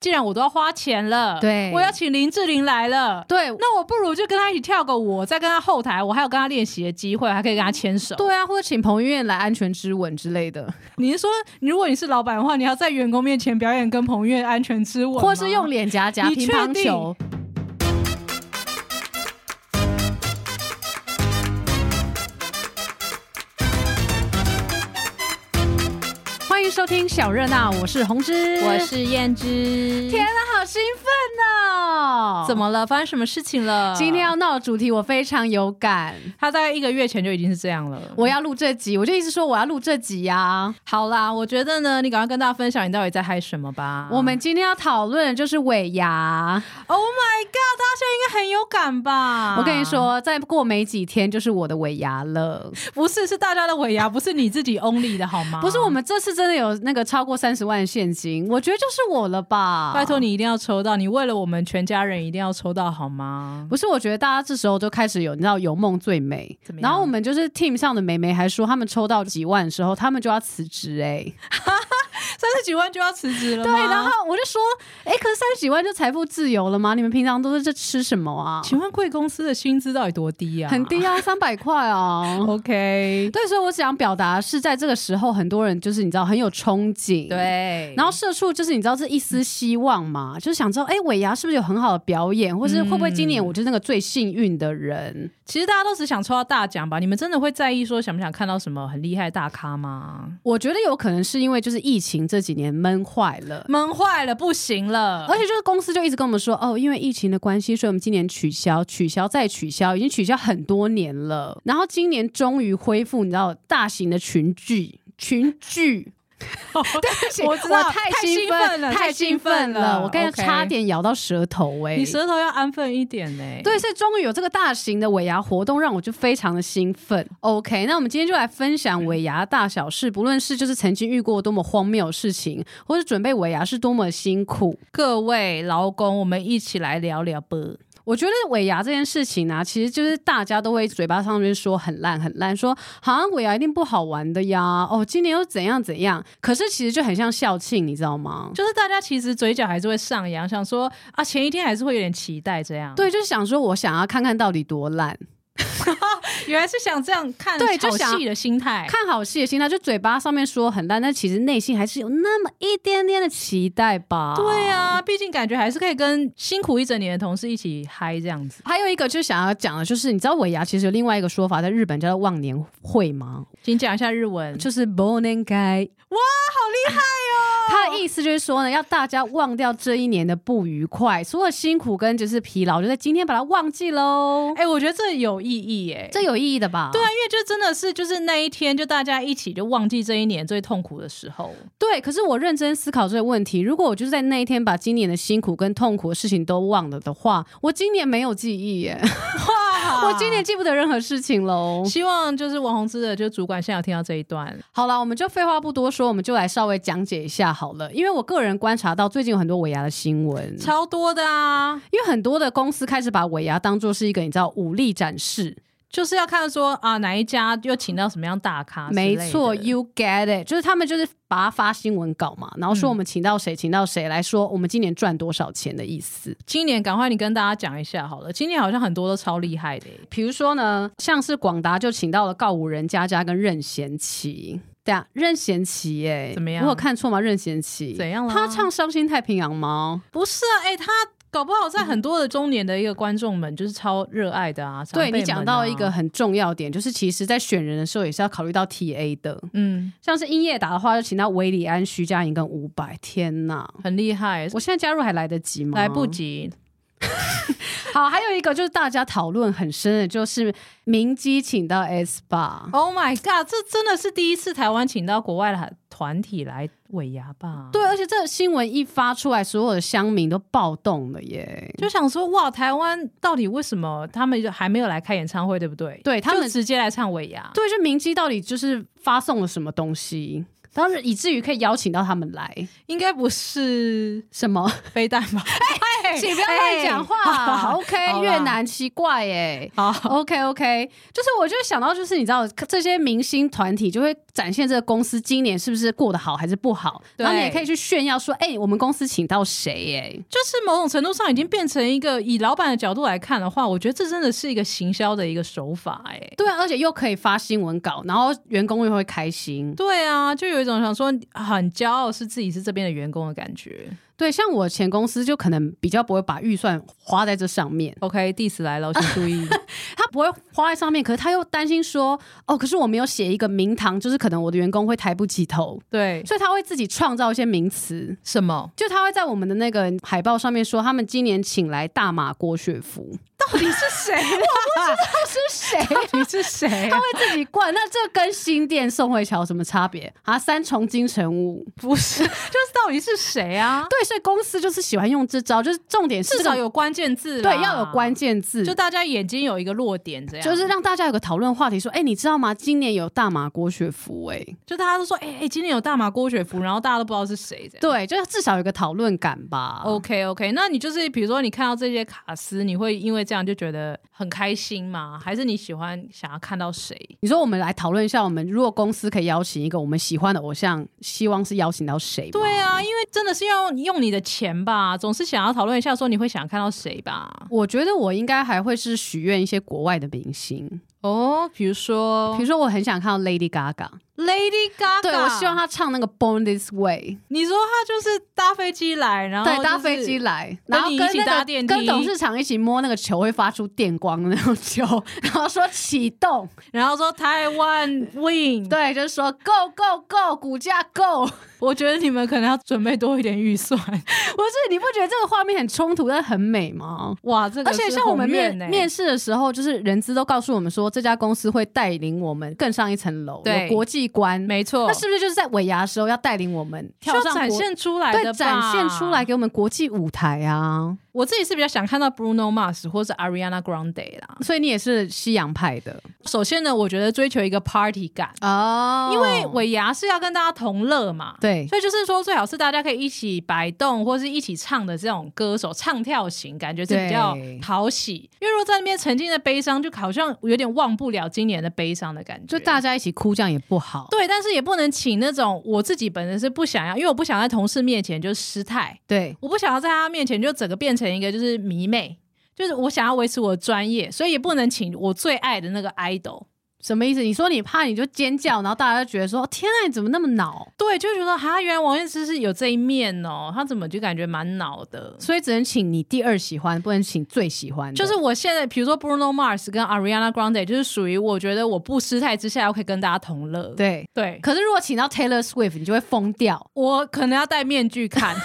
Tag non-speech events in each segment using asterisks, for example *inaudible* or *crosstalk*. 既然我都要花钱了，对我要请林志玲来了，对啊那我不如就跟他一起跳个舞，我再跟他后台，我还有跟他练习的机会，我还可以跟他牵手。对啊，或者请彭于晏来安全之吻之类的，你是说，你如果你是老板的话，你要在员工面前表演跟彭越安全之吻吗，或是用脸颊夹你乒确乓定球。欢迎收听小热闹，我是红芝，我是燕之，天哪，好兴奋哦！啊怎么了？发生什么事情了？今天要闹的主题，我非常有感。他大概一个月前就已经是这样了。我要录这集，我就一直说我要录这集啊呀、好啦，我觉得呢，你赶快跟大家分享你到底在嗨什么吧。我们今天要讨论的就是尾牙， Oh my God，大家现在应该很有感吧？我跟你，说，再过没几天就是我的尾牙了。不是，是大家的尾牙，不是你自己 only 的好吗？ *laughs* 不是我。们这次真的有那个超过三十万的现金，我觉得就是我了吧。拜托，你一定要抽到，你为了我们全家人一定要抽到好吗？不是我觉得大家这时候就开始有你知道有梦最美怎，么样然后我们就是 team 上的美眉还说，他们抽到几万的时候，他们就要辞职哎。三十几万就要辞职了对，吗然后我就说，哎、可是三十几万就财富自由了吗？你们平常都是这吃什么啊？请问贵公司的薪资到底多低啊？很低 *laughs* 啊，三百块啊。 OK，对，所以我想表达的是在这个时候，很多人就是你知道很有憧憬，。对然后社畜就是你知道这一丝希望嘛，就是想知道，哎、尾牙是不是有很好的表演，或是会不会今年我就是那个最幸运的人？其实大家都只想抽到大奖吧？你们真的会在意说想不想看到什么很厉害的大咖吗？我觉得有可能是因为就是疫情这几年闷坏了。闷坏了，不行了而且就是公司就一直跟我们说，哦，因为疫情的关系，所以我们今年取消、取消再取消，已经取消很多年了。然后今年终于恢复，你知道大型的群聚。群聚， *laughs* 对不起我知道太太兴兴奋了太太兴兴奋奋了，了我刚才 OK 差点咬到舌头哎、你舌头要安分一点呢、欸。对，所以终于有这个大型的尾牙活动，让我就非常的兴奋。OK，那我们嗯今天就来分享尾牙大小事，不论是就是曾经遇过多么荒谬的事情，或是准备尾牙是多么辛苦。各位劳工，我们一起来聊聊吧。我觉得尾牙这件事情啊，其实就是大家都会嘴巴上面说很烂很烂，说好像尾牙一定不好玩的呀，哦，今年又怎样怎样。可是其实就很像校庆，你知道吗？就是大家其实嘴角还是会上扬，想说啊，前一天还是会有点期待这样。，对，就是想说我想要看看到底多烂，原来是想这样看对就好想戏的心态。看好戏的心态，就嘴巴上面说很烂，但其实内心还是有那么一点点的期待吧。对。啊，毕竟感觉还是可以跟辛苦一整年的同事一起嗨这样子。还有一个就是想要讲的，就是你知道尾牙其实有另外一个说法，在日本叫做忘年会吗？请讲一下日文，就是 b o n e n g a i 好厉害哦 *laughs* 他的意思就是说呢，要大家忘掉这一年的不愉快，所有辛苦跟就是疲劳，就在今天把它忘记喽。哎、我觉得这有意义哎、这有意义的吧？对啊，因为就真的是就是那一天，就大家一起就忘记这一年最痛苦的时候。对，可是我认真思考这个问题，如果我就是在那一天把今年的辛苦跟痛苦的事情都忘了的话，我今年没有记忆耶，哇我今年记不得任何事情喽。希望就是王宏之的就主管现在有听到这一段，好了，我们就废话不多说，我们就来稍微讲解一下好了，因为我个人观察到最近有很多尾牙的新闻。超多的啊，因为很多的公司开始把尾牙当做是一个你知道武力展示，就是要看说啊哪一家又请到什么样大咖之类没的，错，You get it，就是他们就是把它发新闻稿嘛，然后说我们请到谁，请到谁来说我们今年赚多少钱的意思。今年赶快你跟大家讲一下好了，今年好像很多都超厉害的耶、比如说呢，像是广达就请到了告五人佳佳跟任贤齐，对啊，任贤齐耶，怎么样我有看错吗？任贤齐怎样啦他唱《伤心太平洋》吗？不是啊，哎、他搞不好在很多的中年的一个观众们就是超热爱的啊。嗯长对辈们你啊讲到一个，很重要点，就是其实在选人的时候也是要考虑到 TA 的，嗯，像是音乐达的话，就请到韦礼安、徐佳莹跟伍佰。天呐，很厉害，我现在加入还来得及吗？来不。及，好，还有一个就是大家讨论很深的，就是明基请到 S 吧。 Oh my god！这真的是第一次台湾请到国外的团体来尾牙吧？，对，而且这个新闻一发出来，所有的乡民都暴动了耶！就想说哇，台湾到底为什么他们就还没有来开演唱会，对不对？对他们就直接来唱尾牙。对，就明基到底就是发送了什么东西，当时以至于可以邀请到他们来？应该不是什么？ *laughs* *laughs* 飞弹吧？哎、哎请不要乱讲话。OK，好啦越南奇怪耶。好， OK OK，就是我就想到，就是你知道这些明星团体就会展现这个公司今年是不是过得好还是不好，对然后你也可以去炫耀说，哎、我们公司请到谁哎耶？就是某种程度上已经变成一个以老板的角度来看的话，我觉得这真的是一个行销的一个手法、哎，对啊，而且又可以发新闻稿，然后员工又会开心。对啊，就有一种想说很骄傲是自己是这边的员工的感觉。对，像我前公司就可能比较不会把预算花在这上面， OK，diss、来了，请注 *laughs* 意。他不会花在上面，可是他又担心说，哦，可是我没有写一个名堂，就是可能我的员工会抬不起头，对，所以他会自己创造一些名词。什么？就他会在我们的那个海报上面说，他们今年请来大马郭雪芙，到底是谁？ *laughs* 啊是谁？到底是谁、他会自己灌，那这跟新店宋慧乔有什么差别啊？三重金城武， *laughs* 不是，就是到底是谁啊？对，所以公司就是喜欢用这招，就是重点是至少这个有关键字，啊对要有关，键字，就就大家眼睛有一个落点，这样就是让大家有个讨论话题，说，哎、你知道吗？今年有大马郭雪芙、哎，就大家都说，哎、哎、今天有大马郭雪芙，然后大家都不知道是谁，这样。对，就是至少有个讨论感吧。 OK OK，那你就是比如说你看到这些卡司，你会因为这样就觉得很开心吗？还是你喜欢想要看到谁？你说我们来讨论一下，我们如果公司可以邀请一个我们喜欢的偶像，希望是邀请到谁吗？对啊，因为真的是要用你的钱吧，总是想要讨论一下说你会想看到谁吧？我觉得我应该还会是许愿一些国外的明星，哦，比如说比如说我很想看到 Lady Gaga， Lady Gaga，对我希望她唱那个 Born This Way，你说他就是搭飞机来，然后、对，搭飞机，来，跟然后你跟一起那搭个电梯跟董事长一起摸那个球会发出电光的那种球，然后说启 *laughs* 动，然后说台湾 win。对，就是说 Go Go Go，股价 *laughs* Go，我觉得你们可能要准备多一点预 *laughs* 算。不是你不觉得这个画面很冲突但很美吗？哇，这个而且是像我们宏愿面欸面试的时候，就是人资都告诉我们说，这家公司会带领我们更上一层楼，对有国际观。没错，那是不是就是在尾牙的时候要带领我们哦需跳要上展国现出来的吧，对展现出来给我们国际舞台啊？我自己是比较想看到 Bruno Mars 或是 Ariana Grande 啦。所以你也是西洋派的首先呢，我觉得追求一个 party 感，哦因为尾牙是要跟大家同乐嘛。。对所以就是说，最好是大家可以一起摆动或是一起唱的这种歌手，唱跳型感觉是比较对讨喜。因为如果在那边沉浸在悲伤，就好像有点忘不了今年的悲伤的感觉。就大家一起哭这样也不好。对，但是也不能请那种我自己本身是不想要，因为我不想在同事面前就失态，对我不想要在他面前就整个变成一个就是迷妹，就是我想要维持我的专业，所以也不能请我最爱的那个 idol。什么意思？你说你怕你就尖叫，然后大家就觉得说天啊，你怎么那么恼？对，就觉得哈，原来王彦之是有这一面哦，他怎么就感觉蛮恼的？所以只能请你第二喜欢，不能请最喜欢的。就是我现在，比如说 Bruno Mars 跟 Ariana Grande，就是属于我觉得我不失态之下，我可以跟大家同乐。对。对，可是如果请到 Taylor Swift，你就会疯掉。我可能要戴面具 *laughs* 看，因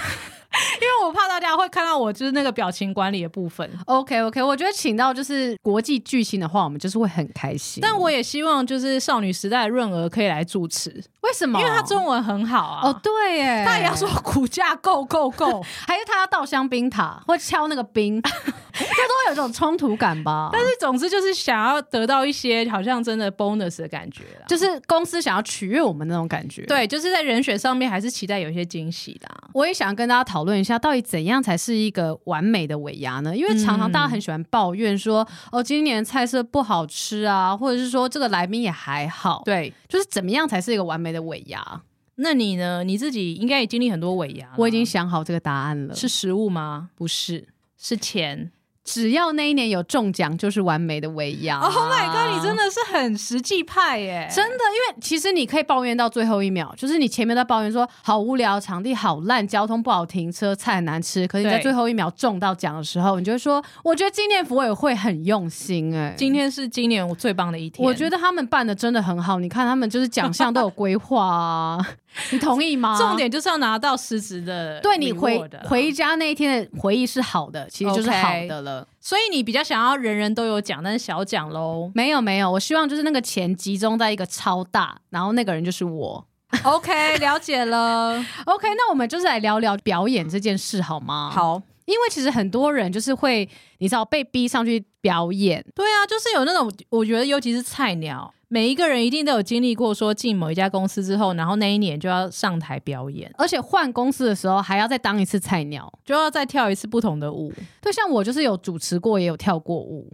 为我怕大家会看到我就是那个表情管理的部分。 OK OK，我觉得请到就是国际巨星的话，我们就是会很开心。但我也希望就是少女时代的润儿可以来主持，因为什么？为她中文很好啊。哦对耶，他也要说股价够够够，还是他要倒香冰塔或敲那个 *laughs* 冰，这都会有一种冲突感吧？ *laughs* 但是总之就是想要得到一些好像真的 bonus 的感觉啦。就是公司想要取悦我们那种感觉。，对，就是在人选上面还是期待有一些惊喜啦。我也想跟大家讨论一下，到底怎样才是一个完美的尾牙呢？因为常常大家很喜欢抱怨说，哦，今年菜色不好吃啊，或者是说这个来宾也还好。，对，就是怎么样才是一个完美的尾牙？那你呢？你自己应该也经历很多尾牙啦，我已经想好这个答案了，是食物吗？不是，是钱。只要那一年有中奖，就是完美的尾牙。Oh 的是很实际派耶真的，因为其实你可以抱怨到最后一秒，就是你前面在抱怨说好无聊，场地好烂，交通不好停车，菜很难吃，可是你在对最后一秒中到奖的时候，你就会说，我觉得今年服委会很用心、哎，今天是今年我最棒的一天，我觉得。得他们办的真的很好，你看他们就是奖项都有规划啊，你同意吗？啊重。点就是要拿到实质的，对你回回，家那一天的回忆是好的，其实就是 OK 好的了。。所以你比较想要人人都有奖，但是小奖喽没有没有，我希望就是那个钱集中在一个超大，然后那个人就是我。 OK，了解了。 OK，那我们就是来聊聊表演这件事好 *laughs* 吗？，好，因为其实很多人就是会，你知道被逼上去表演，对啊，就是有那种，我觉得尤其是菜鸟，每一个人一定都有经历过，说进某一家公司之后，然后那一年就要上台表演，而且换公司的时候还要再当一次菜鸟。就要再跳一次不同的舞。对，像我就是有主持过，也有跳过舞。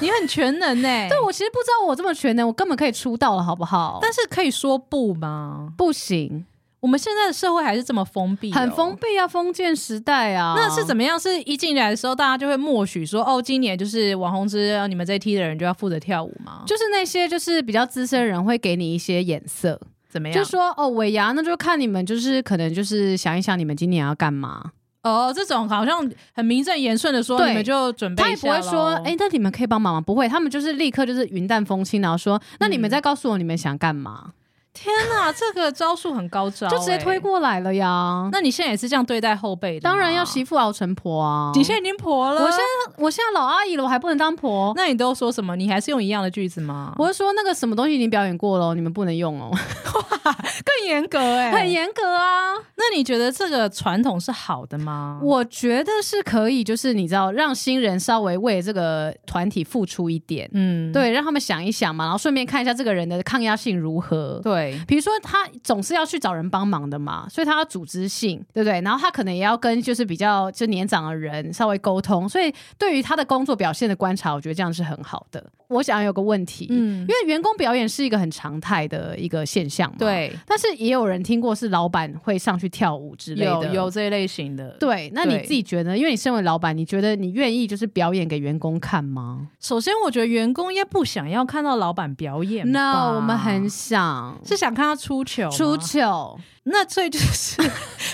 你很全能呢、欸 *laughs* 对我其实不知道我这么全能，我根本可以出道了，好不好？但是可以说不吗？不行，我们现在的社会还是这么封闭哦、很封闭啊，封建时代啊。那是怎么样？是一进来的时候，大家就会默许说，哦，今年就是网红之，你们这一批的人就要负责跳舞吗？就就是那些就是比较资深的人会给你一些眼色，怎么样？就说哦尾牙，那就看你们就是可能就是想一想你们今年要干嘛。哦，这种好像很名正言顺的说，对你们就准备他一也下咯。不会说哎、那你们可以帮忙吗？不会，他们就是立刻就是云淡风轻，然后说那你们嗯再告诉我你们想干嘛，天哪，这个招数很高招、就直接推哎。过来了呀。那你现在也是这样对待后辈的？嗯当然要媳。妇熬成婆啊！你现在已经婆了，我现在我现在老阿姨了，我还不能当婆。那你都说什么？你还是用一样的句子吗？我是说那个什么东西已经表演过了哦，你们不能用哦，更严格哎、很。严格欸啊。那你觉得这个传统是好的吗？我觉得是可以，就是你知道，让新人稍微为这个团体付出一点，嗯，对，让他们想一想嘛，然后顺便看一下这个人的抗压性如何。对，比如说，他总是要去找人帮忙的嘛，所以他要组织性，对不对？然后他可能也要跟就是比较就年长的人稍微沟通，所以对于他的工作表现的观察，我觉得这样是很好的。我想有个问题，嗯因，为员工表演是一个很常态的一个现象嘛，。对，但是也有人听过是老板会上去跳舞之类有的，有这一类型的。，对，那你对自己觉得，因为你身为老板，你觉得你愿意就是表演给员工看吗首先我觉得员工应该不想要看到老板表演吧？No，我们很想是想看他出糗吗，出糗，那所以就是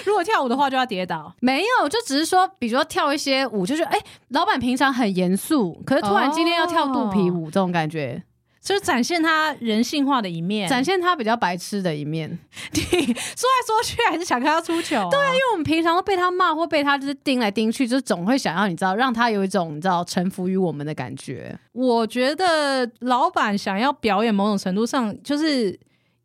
如果跳舞的话就要跌倒。没有，就只是说，比如说跳一些舞，就是哎、老板平常很严肃，可是突然今天要跳肚皮舞，这种感觉，就是展现他人性化的一面，展现他比较白痴的一面。因你说来说去还是想看他出糗、对啊，因为为我们平常都被他骂或被他就是盯来盯去，就是总会想要你知道，让他有一种你知道臣服于我们的感觉。我觉得老板想要表演，某种程度上就是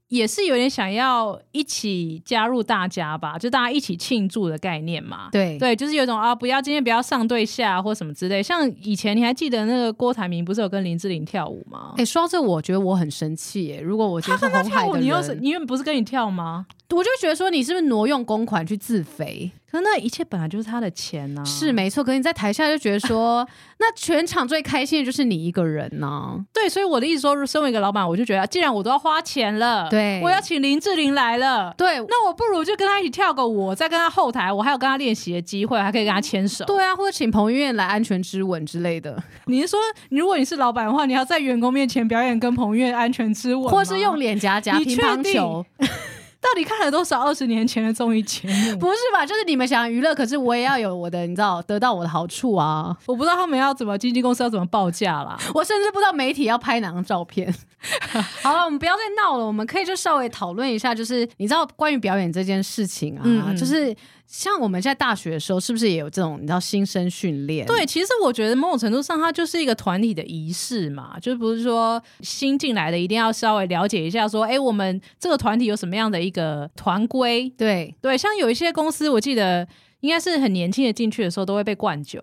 也是有点想要一起加入大家吧，就大家一起庆祝的概念嘛。对对，就是有一种啊，不要今天不要上对下或什么之类。像以前你还记得那个郭台铭不是有跟林志玲跳舞吗哎、？说到这，我觉得我很生气耶。如果我觉得是红海跳舞的你又是人，你原本不是跟你跳吗？我就觉得说你是不是挪用公款去自肥？可是那一切本来就是他的钱呐、是没错，可是你在台下就觉得说， *laughs* 那全场最开心的就是你一个人呢、对，所以我的意思说，身为一个老板，我就觉得，既然我都要花钱了，对我要请林志玲来了，对那我不如就跟他一起跳个舞，我再跟他后台，我还有跟他练习的机会，还可以跟他牵手。，对啊，或者请彭于晏来安全之吻之类的，你是说，如果你是老板的话，你要在员工面前表演跟彭于晏安全之吻吗，或是用脸颊夹你乒确乓定球，到底看了多少二十年前的综艺节目？不是吧？就是你们想娱乐，可是我也要有我的，你知道，得到我的好处啊！我不知道他们要怎么经纪公司要怎么报价啦。我甚至不知道媒体要拍哪张照片。 *laughs* 好了，我们不要再闹了，我们可以就稍微讨论一下，就是你知道关于表演这件事情啊，嗯嗯就是像我们在大学的时候，是不是也有这种你知道新生训练？对，其实我觉得某种程度上，它就是一个团体的仪式嘛，就是不是说新进来的一定要稍微了解一下说，诶哎，我们这个团体有什么样的一个团规？对对，像有一些公司，我记得应该是很年轻的进去的时候都会被灌酒，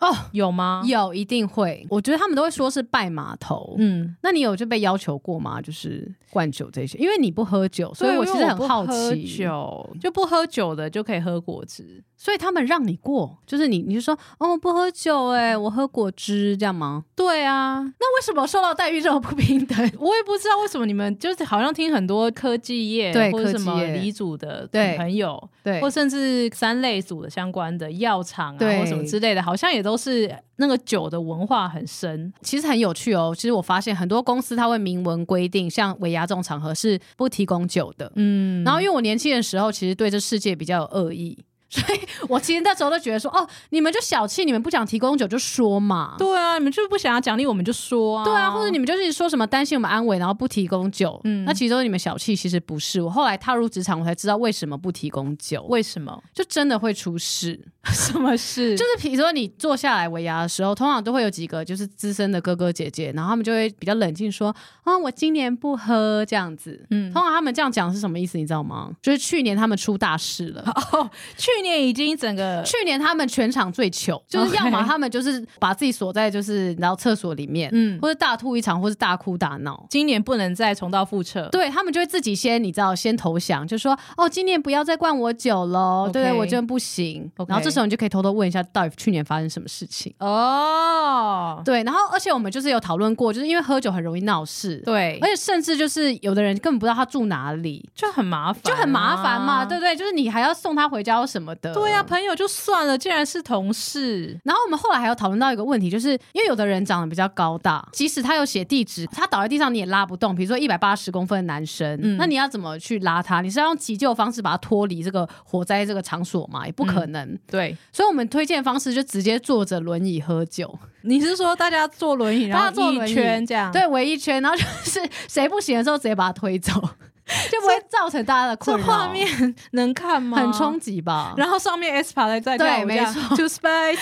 哦，有吗？有，一定会。我觉得他们都会说是拜码头。嗯，那你有就被要求过吗？就是灌酒这些，因为你不喝酒，所以我其实因为很好不喝奇，酒就不喝酒的就可以喝果汁，所以他们让你过，就是你你就说哦不喝酒、欸，我喝果汁这样吗？对啊。那为什么受到待遇这么不平等？我也不知道为什么你们就是好像听很多科技业对或者科什技么业理组的对朋友， *laughs* 对或甚至三类组的相关的药厂啊，对或什么之类的，好像也都是那个酒的文化很深。其实很有趣哦。其实我发现很多公司它会明文规定，像尾牙这种场合是不提供酒的。嗯然后因为我年轻的时候，其实对这世界比较有恶意，所以 *laughs* 我其实那时候都觉得说，哦，你们就小气，你们不想提供酒就说嘛。对啊，你们就是不想要奖励，我们就说啊，对啊，或者你们就是说什么担心我们安危，然后不提供酒，嗯那其实都是你们小气。其实不是，我后来踏入职场，我才知道为什么不提供酒，为什么？ *laughs* 就真的会出事。什么事？就是比如说你坐下来尾牙的时候，通常都会有几个就是资深的哥哥姐姐，然后他们就会比较冷静说，啊，我今年不喝这样子。嗯哦通常他们这样讲是什么意思，你知道吗？就是去年他们出大事了，去去年已经整个去年他们全场最糗，就是 *laughs* OK 要么他们就是把自己锁在就是然后厕所里面，嗯或，者大吐一场，或是大哭大闹。今年不能再重蹈覆辙。对他们就会自己先，你知道，先投降，就说哦，今年不要再灌我酒喽 OK 对我真的不行。 OK 然后这时候你就可以偷偷问一下，到底去年发生什么事情。哦，对，然后而且我们就是有讨论过，就是因为喝酒很容易闹事，，对而且甚至就是有的人根本不知道他住哪里，就很麻烦啊、就很麻烦嘛，对不对？就是你还要送他回家或什么的。对呀、啊朋友就算了，竟然是同事，然后我们后来还有讨论到一个问题，就是因为有的人长得比较高大，即使他有写地址，他倒在地上你也拉不动。比如说一百八十公分的男生，嗯那你要怎么去拉他？你是要用急救方式把他脱离这个火灾这个场所吗？也不可嗯能。对，所以我们推荐的方式就直接坐着轮椅喝酒，你是说大家坐轮椅，然大家后坐轮一椅圈这样？，对，围一圈，然后就是谁不行的时候直接把他推走，就不会造成大家的这困扰。画面能看吗？很冲。击吧？然后上面 S 爬来在跳舞对没这样错，Too spicy。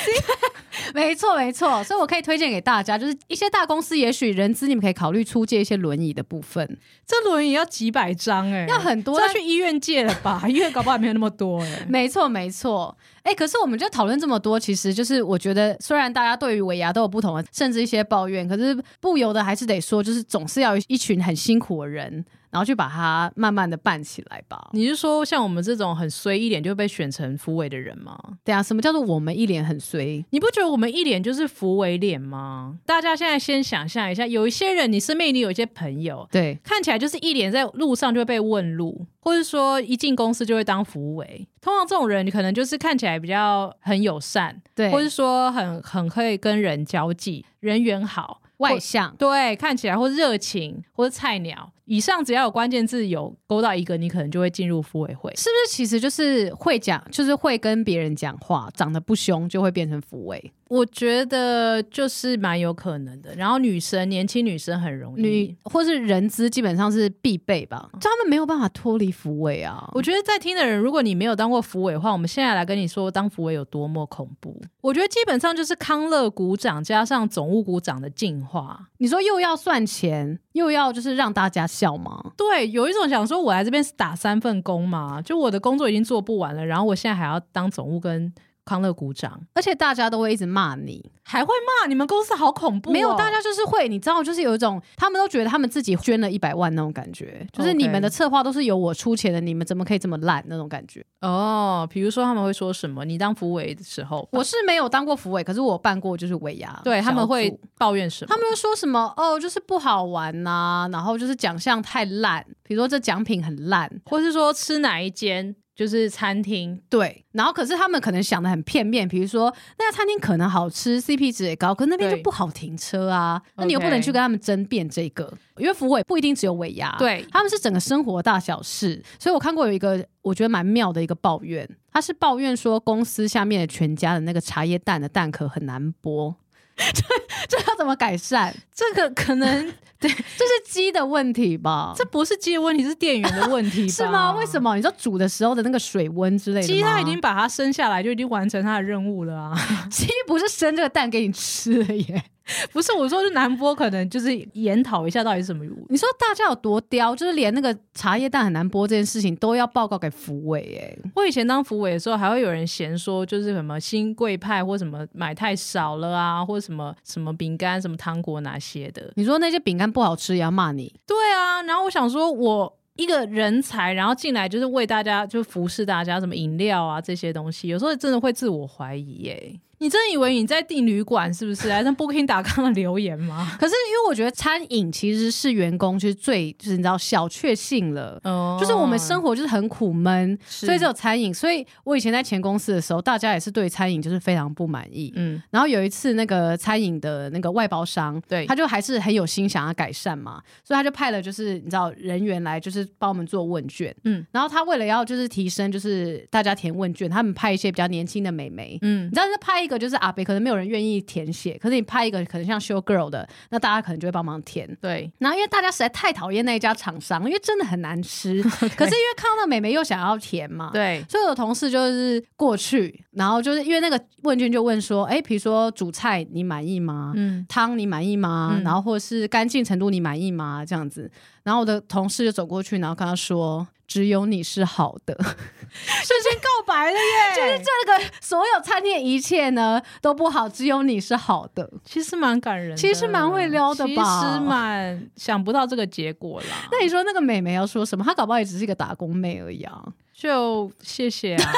没错，没错，所以我可以推荐给大家，就是一些大公司，也许人资你们可以考虑出借一些轮椅的部分， *laughs* 这轮椅要几百张哎、要很多这要但去医院借了 *laughs* 吧？医院搞不好也没有那么多哎、没错，没错。哎、可是我们就讨论这么多，其实就是我觉得，虽然大家对于尾牙都有不同的，甚至一些抱怨，可是不由得还是得说，就是总是要有一群很辛苦的人，然后去把它慢慢的办起来吧。你是说像我们这种很衰一点就被选成扶委的人吗？对啊，什么叫做我们一脸很衰？你不觉得我们一脸就是扶委脸吗？大家现在先想象一下，有一些人，你身边一定有一些朋友，对，看起来就是一脸在路上就会被问路，或是说一进公司就会当服务委。通常这种人，你可能就是看起来比较很友善，对或是说很很可以跟人交际，人缘好，外向，对，看起来或热情，或是菜鸟。以上只要有关键字有勾到一个，你可能就会进入服委会。是不是其实就是会讲，就是会跟别人讲话，长得不凶就会变成抚慰。我觉得就是蛮有可能的。然后女生，年轻女生很容易。女或是人资基本上是必备吧，就他们没有办法脱离抚慰啊。我觉得在听的人，如果你没有当过扶委的话，我们现在来跟你说当扶委有多么恐怖。我觉得基本上就是康乐股长加上总务股长的进化。你说又要算钱，又要就是让大家笑吗？对，有一种想说，我来这边是打三份工嘛，就我的工作已经做不完了，然后我现在还要当总务跟康乐股长，而且大家都会一直骂你，还会骂你们公司好恐怖哦、没有大家就是会，你知道，就是有一种他们都觉得他们自己捐了一百万那种感觉，就是 OK 你们的策划都是由我出钱的，你们怎么可以这么烂那种感觉？哦，比如说他们会说什么？你当扶委的时候吧，我是没有当过辅委，可是我办过就是尾牙，对他们会。抱怨什么？他们就说什么哦，就是不好玩呐、然后就是奖项太烂，比如说这奖品很烂，或是说吃哪一间就是餐厅，对，然后可是他们可能想的很片面，比如说那家餐厅可能好吃，CP 值也高，可是那边就对不好停车啊，那你又不 OK 能去跟他们争辩这个，因为扶委不一定只有尾牙，，对，他们是整个生活大小事，所以我看过有一个我觉得蛮妙的一个抱怨，他是抱怨说公司下面的全家的那个茶叶蛋的蛋壳很难剥。 *laughs* 这这要怎么改善？这个可 *laughs* 能这是鸡的问题吧？这不是鸡的问题，是店员的问题 *laughs* 吧，是吗？为什么？么？你说煮的时候的那个水温之类的吗？ *laughs* 鸡它已经把它生下来，就已经完成它的任务了啊！ *laughs* 鸡不是生这个蛋给你吃的耶。不是我说，就南波可能就是研讨一下到底是什么原因。你说大家有多刁，就是连那个茶叶蛋很难剥这件事情都要报告给福委哎、我以前当辅委的时候，还会有人嫌说，就是什么新贵派或什么买太少了啊，或什么什么饼干、什么糖果哪些的。你说那些饼干不好吃也要骂你，对啊，然后我想说，我一个人才，然后进来就是为大家，就服侍大家，什么饮料啊这些东西，有时候真的会自我怀疑耶、你真以为你在订旅馆是不是？还是 Booking 打康的留言吗？可是因为我觉得餐饮其实是员工就是最就是你知道小确幸了。哦就是我们生活就是很苦闷，所所以只有餐饮。所以我以前在前公司的时候，大家也是对餐饮就是非常不满意。嗯，然后有一次，那个餐饮的那个外包商，对他就还是很有心想要改善嘛，所以他就派了就是你知道人员来就是帮我们做问卷，嗯嗯，然后他为了要就是提升就是大家填问卷，他们派一些比较年轻的美眉。嗯你，知道，就是派一个就是阿北，可能没有人愿意填写，可是你派一个可能像 show girl 的，那大家可能就会帮忙填。对，然后因为大家实在太讨厌那一家厂商，因为真的很 *laughs* 难吃，可是因为看到那美眉又想要填嘛，对，所以我同事就是过去，然后就是因为那个问卷就问说，哎，比如说煮菜你满意吗？嗯，汤你满意吗？嗯然后或者是干净程度你满意 *laughs* 吗？这样子，然后我的同事就走过去，然后跟他说：“只有你是好的。”瞬间告白了耶！就是这个所有餐厅的一切呢都不好，只有你是好的。其实蛮感人的，其实蛮会撩的吧其实蛮想不到这个结果啦。那你说那个美眉要说什么？她搞不好也只是一个打工妹而已啊，就谢谢 *laughs* 啊，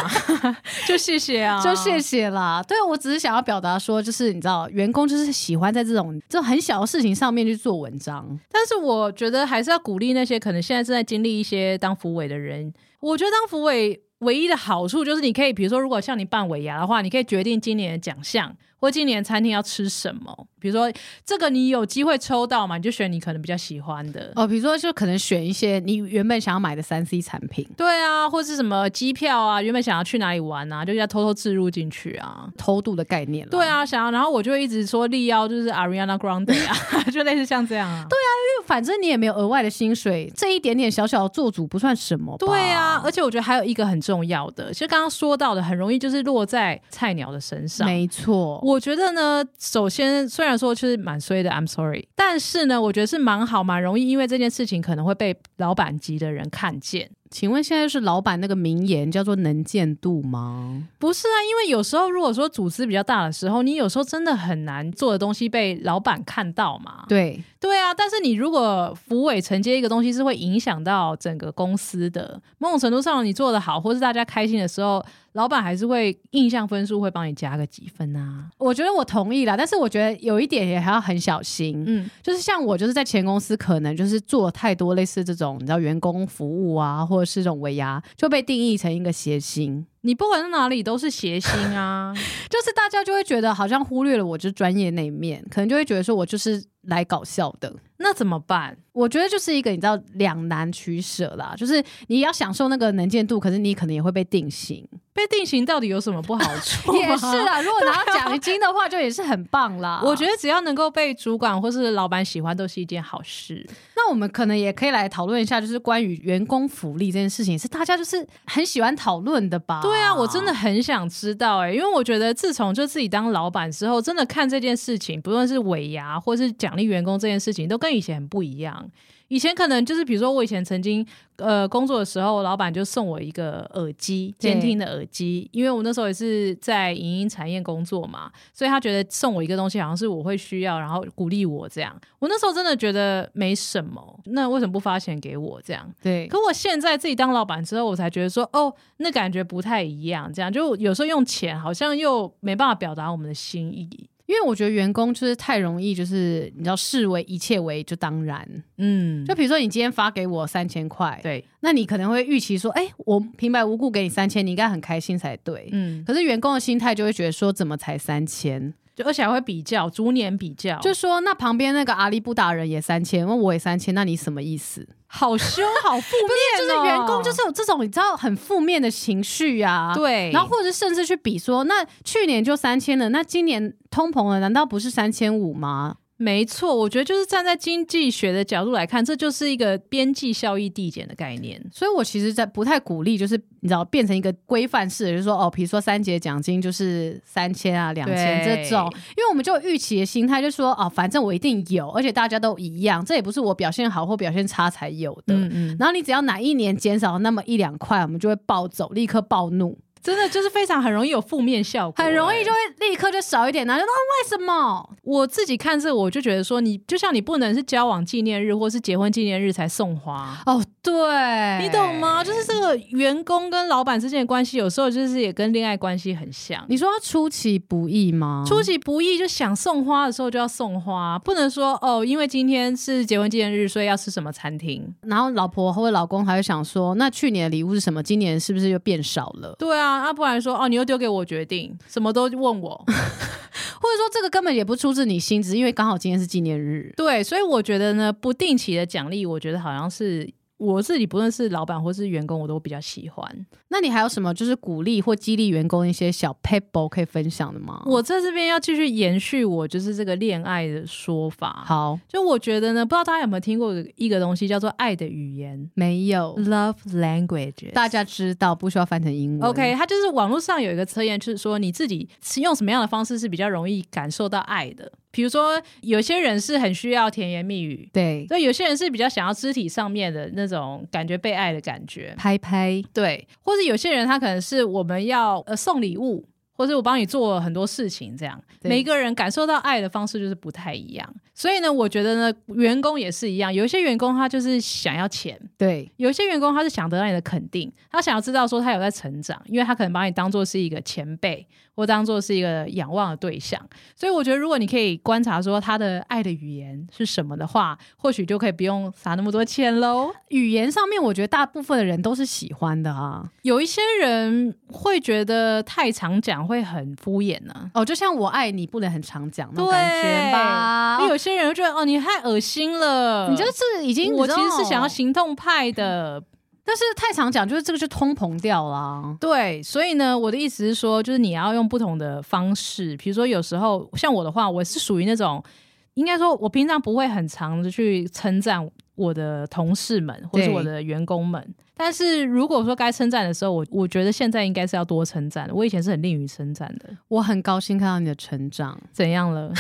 就谢谢啊，就谢谢啦。对我只是想要表达说，就是你知道，员工就是喜欢在这种这种很小的事情上面去做文章。但是我觉得还是要鼓励那些可能现在正在经历一些当辅委的人。我觉得当辅委唯一的好处就是，你可以比如说，如果像你办尾牙的话，你可以决定今年的奖项或今年餐厅要吃什么。比如说这个你有机会抽到嘛，你就选你可能比较喜欢的。哦，比如说，就可能选一些你原本想要买的三 C 产品，对啊，或是什么机票啊，原本想要去哪里玩啊，就要偷偷置入进去啊。偷渡的概念了。对，啊，想要，然后我就会一直说力邀就是 Ariana Grande 啊， *laughs* 就类似像这样啊。对反正你也没有额外的薪水，这一点点小小的做主不算什么吧。对啊，而且我觉得还有一个很重要的，其实刚刚说到的，很容易就是落在菜鸟的身上。没错。我觉得呢，首先虽然说就是蛮衰的，I'm sorry，但是呢，我觉得是蛮好，蛮容易，因为这件事情可能会被老板级的人看见。请问现在是老板那个名言叫做能见度吗？不是啊，因为有时候如果说组织比较大的时候，你有时候真的很难做的东西被老板看到嘛。对，对啊，但是你如果扶委承接一个东西，是会影响到整个公司的。某种程度上，你做的好，或是大家开心的时候，老板还是会印象分数会帮你加个几分啊。我觉得我同意啦，但是我觉得有一点也还要很小心，嗯，就是像我就是在前公司可能就是做太多类似这种你知道员工服务啊，或者是这种尾牙，就被定义成一个谐星，你不管在哪里都是谐星 *laughs* 啊。就是大家就会觉得好像忽略了我就是专业那一面，可能就会觉得说我就是来搞笑的。那怎么办？我觉得就是一个你知道两难取舍啦，就是你要享受那个能见度，可是你可能也会被定型。啊被定型到底有什么不好处吗？ *laughs* 也 *laughs* 是啦，如果拿到奖金的话，就也是很棒啦。我觉得只要能够被主管或是老板喜欢，都是一件好事。那我们可能也可以来讨论一下，就是关于员工福利这件事情，是大家就是很喜欢讨论的吧？对啊，我真的很想知道哎、因为我觉得自从就自己当老板之后，真的看这件事情，不论是尾牙或是奖励员工这件事情，都跟以前很不一样。以前可能就是，比如说我以前曾经呃工作的时候，老板就送我一个耳机，对监听的耳机，因为我那时候也是在影音产业工作嘛，所以他觉得送我一个东西好像是我会需要，然后鼓励我这样。我那时候真的觉得没什么，那为什么不发钱给我这样？对，可我现在自己当老板之后，我才觉得说，哦，那感觉不太一样。这样就有时候用钱好像又没办法表达我们的心意。因为我觉得员工就是太容易，就是你知道视为一切为就当然。嗯就比如说你今天发给我三千块，对，那你可能会预期说，哎、我平白无故给你三千，你应该很开心才对。嗯，可是员工的心态就会觉得说，怎么才三千？就而且还会比较逐年比较，就说那旁边那个阿里不达人也三千，问我也三千，那你什么意思？哦好凶，好负就面、哦是员工就是有这种你知道很负面的情绪啊。。对，然后或者是甚至去比说，那去年就三千了，那今年通膨了，难道不是三千五吗？没错，我觉得就是站在经济学的角度来看，这就是一个边际效益递减的概念。所以我其实，在不太鼓励，就是你知道变成一个规范式的，就是说哦，比如说三节奖金就是三千啊、两千对这种，因为我们就有预期的心态，就说哦，反正我一定有，而且大家都一样，这也不是我表现好或表现差才有的。嗯，然后你只要哪一年减少那么一两块，我们就会暴走，立刻暴怒，真的就是非常很容易有负面效果，很容欸易就会立刻就少一点，然后就说、哦、为什么？我自己看这，我就觉得说你，就像你不能是交往纪念日或是结婚纪念日才送花，哦，对，你懂？吗？就是这个员工跟老板之间的关系，有时候就是也跟恋爱关系很像。你说他出其不意吗？出其不意，就想送花的时候就要送花，不能说哦，因为今天是结婚纪念日，所以要吃什么餐厅。然后老婆或者老公还会想说，那去年的礼物是什么？今年是不是又变少了？对啊，啊，不然说哦，你又丢给我决定，什么都问 *laughs* 我。或者说这个根本也不出自你心，只是因为刚好今天是纪念日。对，所以我觉得呢，不定期的奖励，我觉得好像是我自己，不论是老板或是员工，我都比较喜欢。那你还有什么就是鼓励或激励员工一些小 pebble 可以分享的吗？我在这边要继续延续我就是这个恋爱的说法。，好就我觉得呢，不知道大家有没有听过一个东西叫做爱的语言没有， （Love Language）。大家知道不需要翻成英文。 OK，它就是网络上有一个测验，就是说你自己是用什么样的方式是比较容易感受到爱的。比如说，有些人是很需要甜言蜜语，对，对，有些人是比较想要肢体上面的那种感觉被爱的感觉，拍拍，对，或者有些人他可能是我们要呃送礼物，或者我帮你做很多事情，这样对每一个人感受到爱的方式就是不太一样。所以呢，我觉得呢，员工也是一样，有一些员工他就是想要钱。对有一些员工他是想得到你的肯定，他想要知道说他有在成长，因为他可能把你当做是一个前辈，或当做是一个仰望的对象。所以我觉得，如果你可以观察说他的爱的语言是什么的话，或许就可以不用撒那么多钱喽。语言上面，我觉得大部分的人都是喜欢的啊。有一些人会觉得太常讲会很敷衍呢、哦，就像我爱你不能很常讲那嗯对种感觉吧？有些人会觉得哦，你太恶心了，你就是已经，我你其知道实是想要行动派的。但是太常讲，就是这个就通膨掉啊啦。对，所以呢，我的意思是说，就是你要用不同的方式，比如说有时候像我的话，我是属于那种，应该说，我平常不会很常的去称赞我的同事们或是对我的员工们，但是如果说该称赞的时候，我我觉得现在应该是要多称赞的。我以前是很吝于称赞的，我很高兴看到你的成长，怎样了？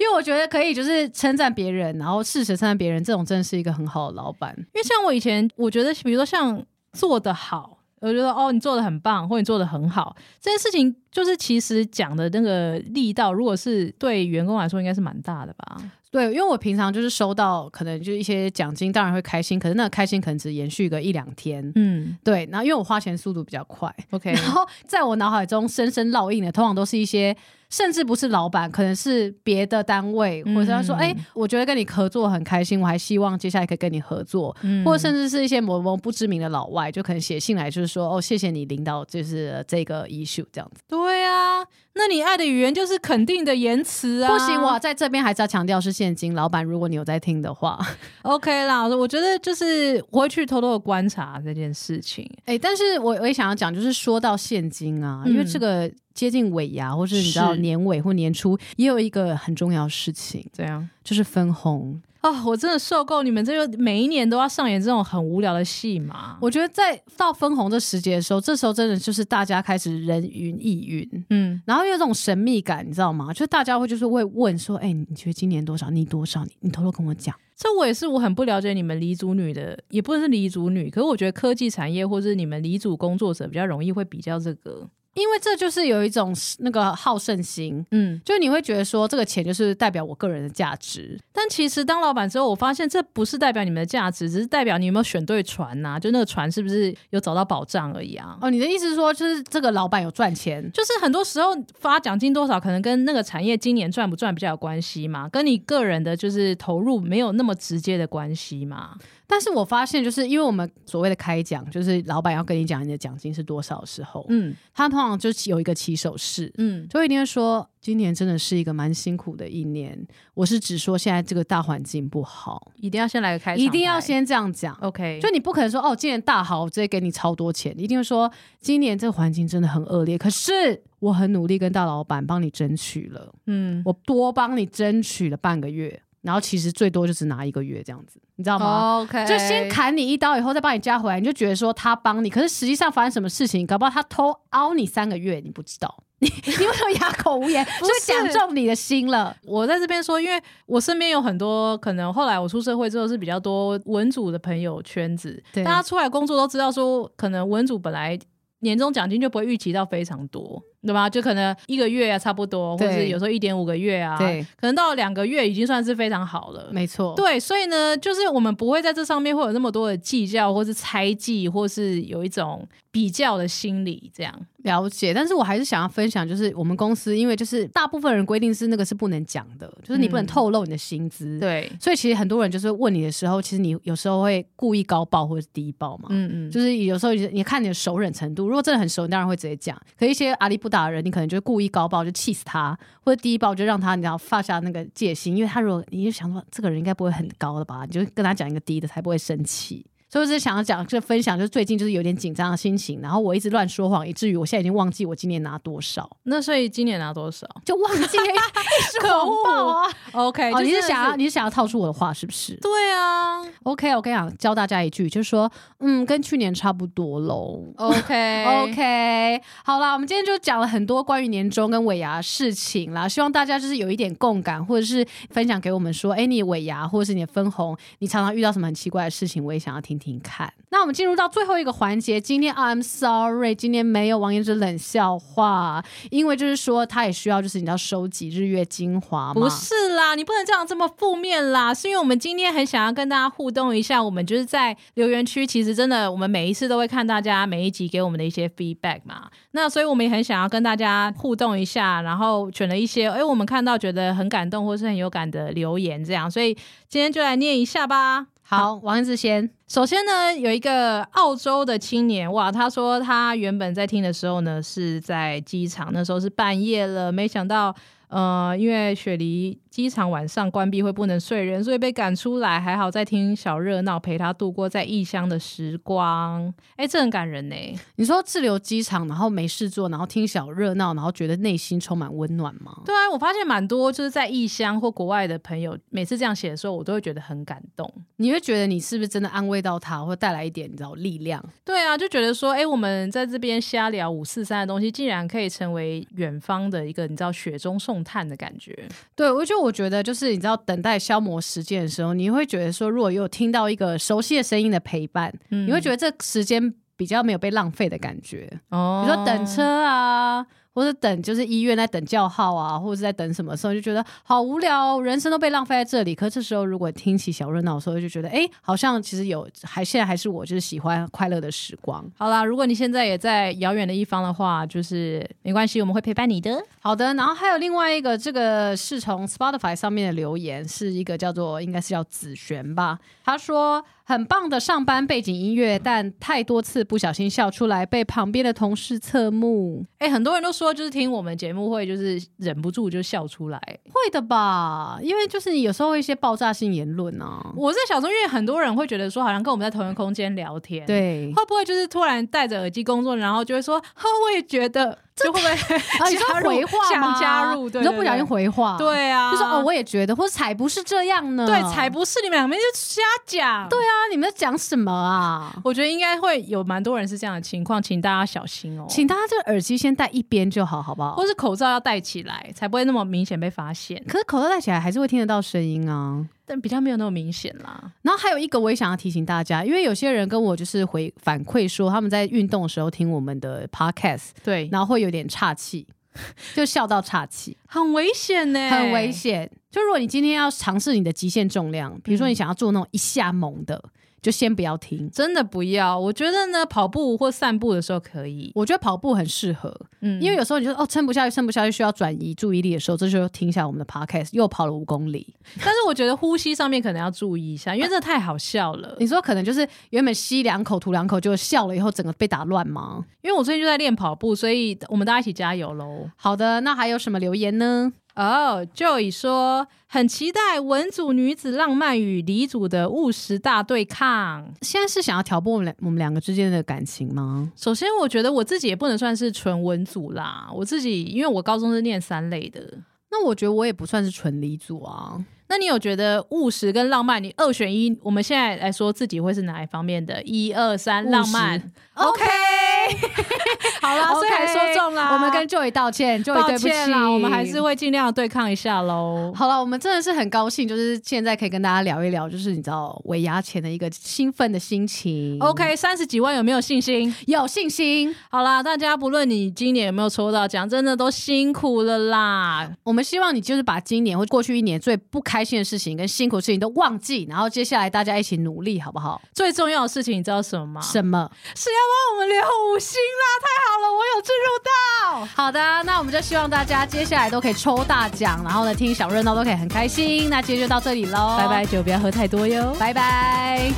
因为我觉得可以就是称赞别人，然后适时称赞别人，这种真的是一个很好的老板。因为像我以前，我觉得比如说像做的好，我觉得哦你做的很棒，或你做的很好，这件事情就是其实讲的那个力道，如果是对员工来说，应该是蛮大的吧？对，因为我平常就是收到可能就是一些奖金，当然会开心，可是那个开心可能只延续个一两天。嗯对，然后因为我花钱速度比较快， *laughs* ，OK，然后在我脑海中深深烙印的，通常都是一些甚至不是老板，可能是别的单位，或者是他说，嗯哎、我觉得跟你合作很开心，我还希望接下来可以跟你合作，嗯或者甚至是一些某某不知名的老外，就可能写信来，就是说，哦，谢谢你领导，就是、呃这个 issue 这样子。对啊，那你爱的语言就是肯定的言辞啊，不行，我在这边还是要强调是现金，老板，如果你有在听的话， *laughs* OK 啦，我觉得就是我会去偷偷的观察这件事情，哎、但是我我也想要讲，就是说到现金啊，嗯因为这个接近尾牙，或是你知道是年尾或年初，也有一个很重要的事情，怎样？就是分红。啊、我真的受够你们这个每一年都要上演这种很无聊的戏嘛。我觉得在到分红这时节的时候，这时候真的就是大家开始人云亦云，嗯，然后有一种神秘感，你知道吗？就大家会就是会问说，哎、你觉得今年多少？你多少？你你偷偷跟我讲。这我也是我很不了解你们黎族女的，也不是黎族女，可是我觉得科技产业或是你们黎族工作者比较容易会比较这个，因为这就是有一种那个好胜心，嗯，就你会觉得说这个钱就是代表我个人的价值，但其实当老板之后，我发现这不是代表你们的价值，只是代表你有没有选对船呐、就那个船是不是有找到保障而已啊。哦，你的意思是说，就是这个老板有赚钱？就是很多时候发奖金多少，可能跟那个产业今年赚不赚比较有关系嘛，跟你个人的就是投入没有那么直接的关系嘛。但是我发现，就是因为我们所谓的开奖，就是老板要跟你讲你的奖金是多少的时候，嗯他通常就是有一个起手式，嗯，就一定会说，今年真的是一个蛮辛苦的一年。我是只说现在这个大环境不好，一定要先来个开场白，一定要先这样讲。 OK，就你不可能说哦，今年大好，我直接给你超多钱。你一定会说，今年这个环境真的很恶劣，可是我很努力跟大老板帮你争取了，嗯。我多帮你争取了半个月，然后其实最多就只拿一个月这样子，你知道吗？ OK，就先砍你一刀，以后再帮你加回来，你就觉得说他帮你，可是实际上发生什么事情，搞不好他偷凹你三个月，你不知道， *laughs* 你你为什么哑口无言？就是讲中你的心了。我在这边说，因为我身边有很多可能后来我出社会之后是比较多文组的朋友圈子，对大家出来工作都知道说，可能文组本来年终奖金就不会预期到非常多，对吧？就可能一个月啊差不多，或对者有时候一点五个月啊，对，可能到两个月已经算是非常好了。没错，对，所以呢，就是我们不会在这上面会有那么多的计较，或是猜忌，或是有一种比较的心理，这样。了解。但是我还是想要分享，就是我们公司，因为就是大部分人规定是那个是不能讲的，就是你不能嗯透露你的薪资。。对，所以其实很多人就是问你的时候，其实你有时候会故意高报或者低报嘛。嗯嗯，就是有时候你你看你的熟忍程度，如果真的很熟，你当然会直接讲。可一些阿里不达的人，你可能就故意高爆，就气死他，或者低爆就让他你要放下那个戒心，因为他如果你就想说这个人应该不会很高的吧，你就跟他讲一个低的，才不会生气。所以我只是想要讲，就分享，就是最近就是有点紧张的心情，然后我一直乱说谎，以至于我现在已经忘记我今年拿多少，那所以今年拿多少就忘记了， *laughs* 哎一直谎报啊！ ？OK，哦，就你是真的想要你是想要套出我的话是不是对啊？OK，我跟你讲，教大家一句，就是说，嗯，跟去年差不多喽。 *laughs* ，OK OK，好啦，我们今天就讲了很多关于年终跟尾牙的事情啦，希望大家就是有一点共感，或者是分享给我们说，哎、你尾牙或者是你的分红，你常常遇到什么很奇怪的事情，我也想要听听看。那我们进入到最后一个环节，今天 I'm sorry，今天没有王彦之冷笑话，因为就是说他也需要就是你要收集日月精华嘛，不是啦，你不能这样这么负面啦，是因为我们今天很想要跟大家互动一下，我们就是在留言区，其实真的我们每一次都会看大家每一集给我们的一些 feedback 嘛，那所以我们也很想要跟大家互动一下，然后选了一些哎、我们看到觉得很感动或是很有感的留言这样，所以今天就来念一下吧。好，王彦之先，首先呢，有一个澳洲的青年，哇，他说他原本在听的时候呢是在机场，那时候是半夜了，没想到呃，因为雪梨机场晚上关闭会不能睡人，所以被赶出来，还好在听小热闹，陪他度过在异乡的时光。哎、这很感人呢、你说滞留机场，然后没事做，然后听小热闹，然后觉得内心充满温暖吗？对啊，我发现蛮多就是在异乡或国外的朋友，每次这样写的时候，我都会觉得很感动。你会觉得你是不是真的安慰到他，或带来一点你知道力量？对啊，就觉得说，哎、我们在这边瞎聊五四三的东西，竟然可以成为远方的一个你知道雪中送炭的感觉。对，我就我觉得就是你知道，等待消磨时间的时候，你会觉得说，如果有听到一个熟悉的声音的陪伴，嗯你会觉得这时间比较没有被浪费的感觉。得，哦比如说等，车啊，或者等就是医院在等叫号啊，或者是在等什么时候，就觉得好无聊哦，人生都被浪费在这里。可这时候如果听起小热闹的时候，就觉得哎、诶好像其实有还现在还是我就是喜欢快乐的时光。好啦，如果你现在也在遥远的一方的话，就是没关系，我们会陪伴你的。好的，然后还有另外一个，这个是从 Spotify 上面的留言，是一个叫做应该是叫子璇吧，他说很棒的上班背景音乐，但太多次不小心笑出来，被旁边的同事侧目，哎、很多人都说，就是听我们节目会就是忍不住就笑出来。会的吧？因为就是有时候会一些爆炸性言论啊，我在想说，因为很多人会觉得说，好像跟我们在同一个空间聊天，，对，会不会就是突然戴着耳机工作，然后就会说，哈，我也觉得，就会不会啊，你说加入回话想吗加入对你都对不小对心回话，，对啊，就说哦，我嗯也觉得，或者才不是这样呢，对，才不是你们两边就瞎讲。对啊，啊，你们在讲什 *laughs* 么啊？我觉得应该会有蛮多人是这样的情况，请大家小心哦。请大家这个耳机先戴一边就好，好不好或？是口罩要戴起来，才不会那么明显被发现，可是口罩戴起来还是会听得到声音啊。但比较没有那么明显啦。然后还有一个我也想要提醒大家，因为有些人跟我就是回反馈说他们在运动的时候听我们的 podcast，对，然后会有点岔气， *laughs* 就笑到岔气，很危险呢、很危。险。就如果你今天要尝试你的极限重量，比如说你想要做那种一下猛的，就先不要听。真的不要，我觉得呢，跑步或散步的时候可以，我觉得跑步很适合，嗯因为有时候你就哦撑不下去，撑不下去需要转移注意力的时候，这时候听一下我们的 podcast，又跑了五公里。但是我觉得呼吸上面可能要注意一下，因为这太好笑了。你说可能就是原本吸两口吐两口就笑了，以后整个被打乱吗？因为我最近就在练跑步，所以我们大家一起加油喽！好的，那还有什么留言呢？哦、j o y 说很期待文组女子浪漫与李组的务实大对抗。现在是想要挑拨我们两我们两个之间的感情吗？首先，我觉得我自己也不能算是纯文组啦，我自己因为我高中是念三类的。那我觉得我也不算是纯离组啊，那你有觉得务实跟浪漫，你二选一，我们现在来说自己会是哪一方面的？一二三，务实浪漫。OK，好啦，虽然 OK，说中啦，我们跟 Joy 道歉，Joy 抱对不歉起啦，我们还是。会尽量对抗一下喽。好了，我们真的是很高兴，就是现在可以跟大家聊一聊，就是你知道尾牙前的一个兴奋的心情。 OK，三十几万有没有信心？有信心，好啦，大家不论你今年有没有抽到奖，真的都辛苦了啦。我们希望你就是把今年或过去一年最不开心的事情跟辛苦的事情都忘记，然后接下来大家一起努力，好不好？最重要的事情你知道什么吗？什么？是要帮我们留五星啦！太好了，我有进入到。好的，那我们就希望大家接下来都可以抽大奖，然后呢听小热闹都可以很开心。那今天就到这里喽，拜拜，，酒不要喝太多哟。拜拜。